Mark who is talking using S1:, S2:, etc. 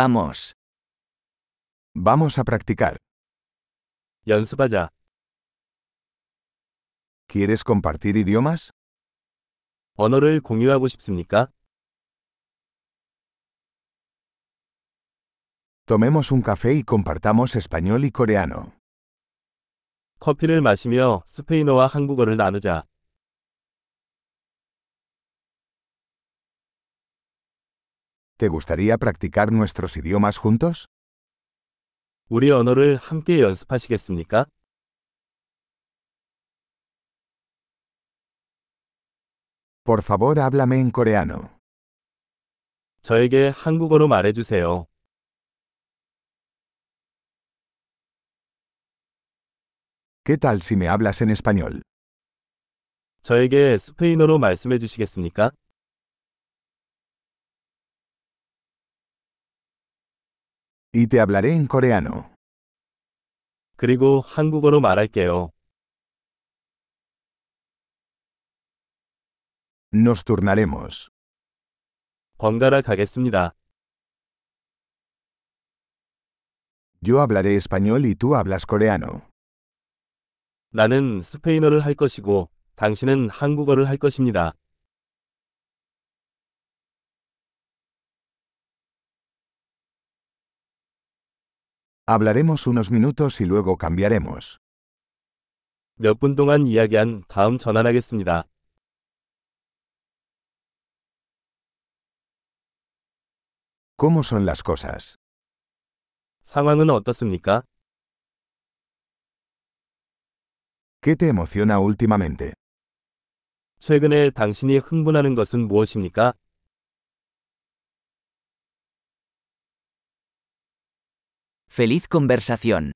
S1: Vamos.
S2: Vamos a practicar.
S3: 연습하자.
S2: ¿Quieres compartir idiomas?
S3: 언어를 공유하고 싶습니까?
S2: Tomemos un café y compartamos español y coreano.
S3: 커피를 마시며 스페인어와 한국어를 나누자.
S2: ¿Te gustaría practicar nuestros idiomas juntos?
S3: 우리 언어를 함께 연습하시겠습니까?
S2: Por favor, háblame en coreano.
S3: 저에게 한국어로 말해주세요.
S2: ¿Qué tal si me hablas en español?
S3: 저에게 스페인어로 말씀해 주시겠습니까?
S2: Y te hablaré en coreano.
S3: 그리고 한국어로 말할게요.
S2: Nos turnaremos.
S3: 번갈아 가겠습니다.
S2: Yo hablaré español y tú hablas coreano.
S3: 나는 스페인어를 할 것이고, 당신은 한국어를 할 것입니다.
S2: Hablaremos unos minutos y luego cambiaremos.
S3: 몇 분 동안 이야기한 다음 전환하겠습니다.
S2: ¿Cómo son las cosas?
S3: 상황은 어떻습니까?
S2: ¿Qué te emociona últimamente?
S3: 최근에 당신이 흥분하는 것은 무엇입니까?
S1: Feliz conversación.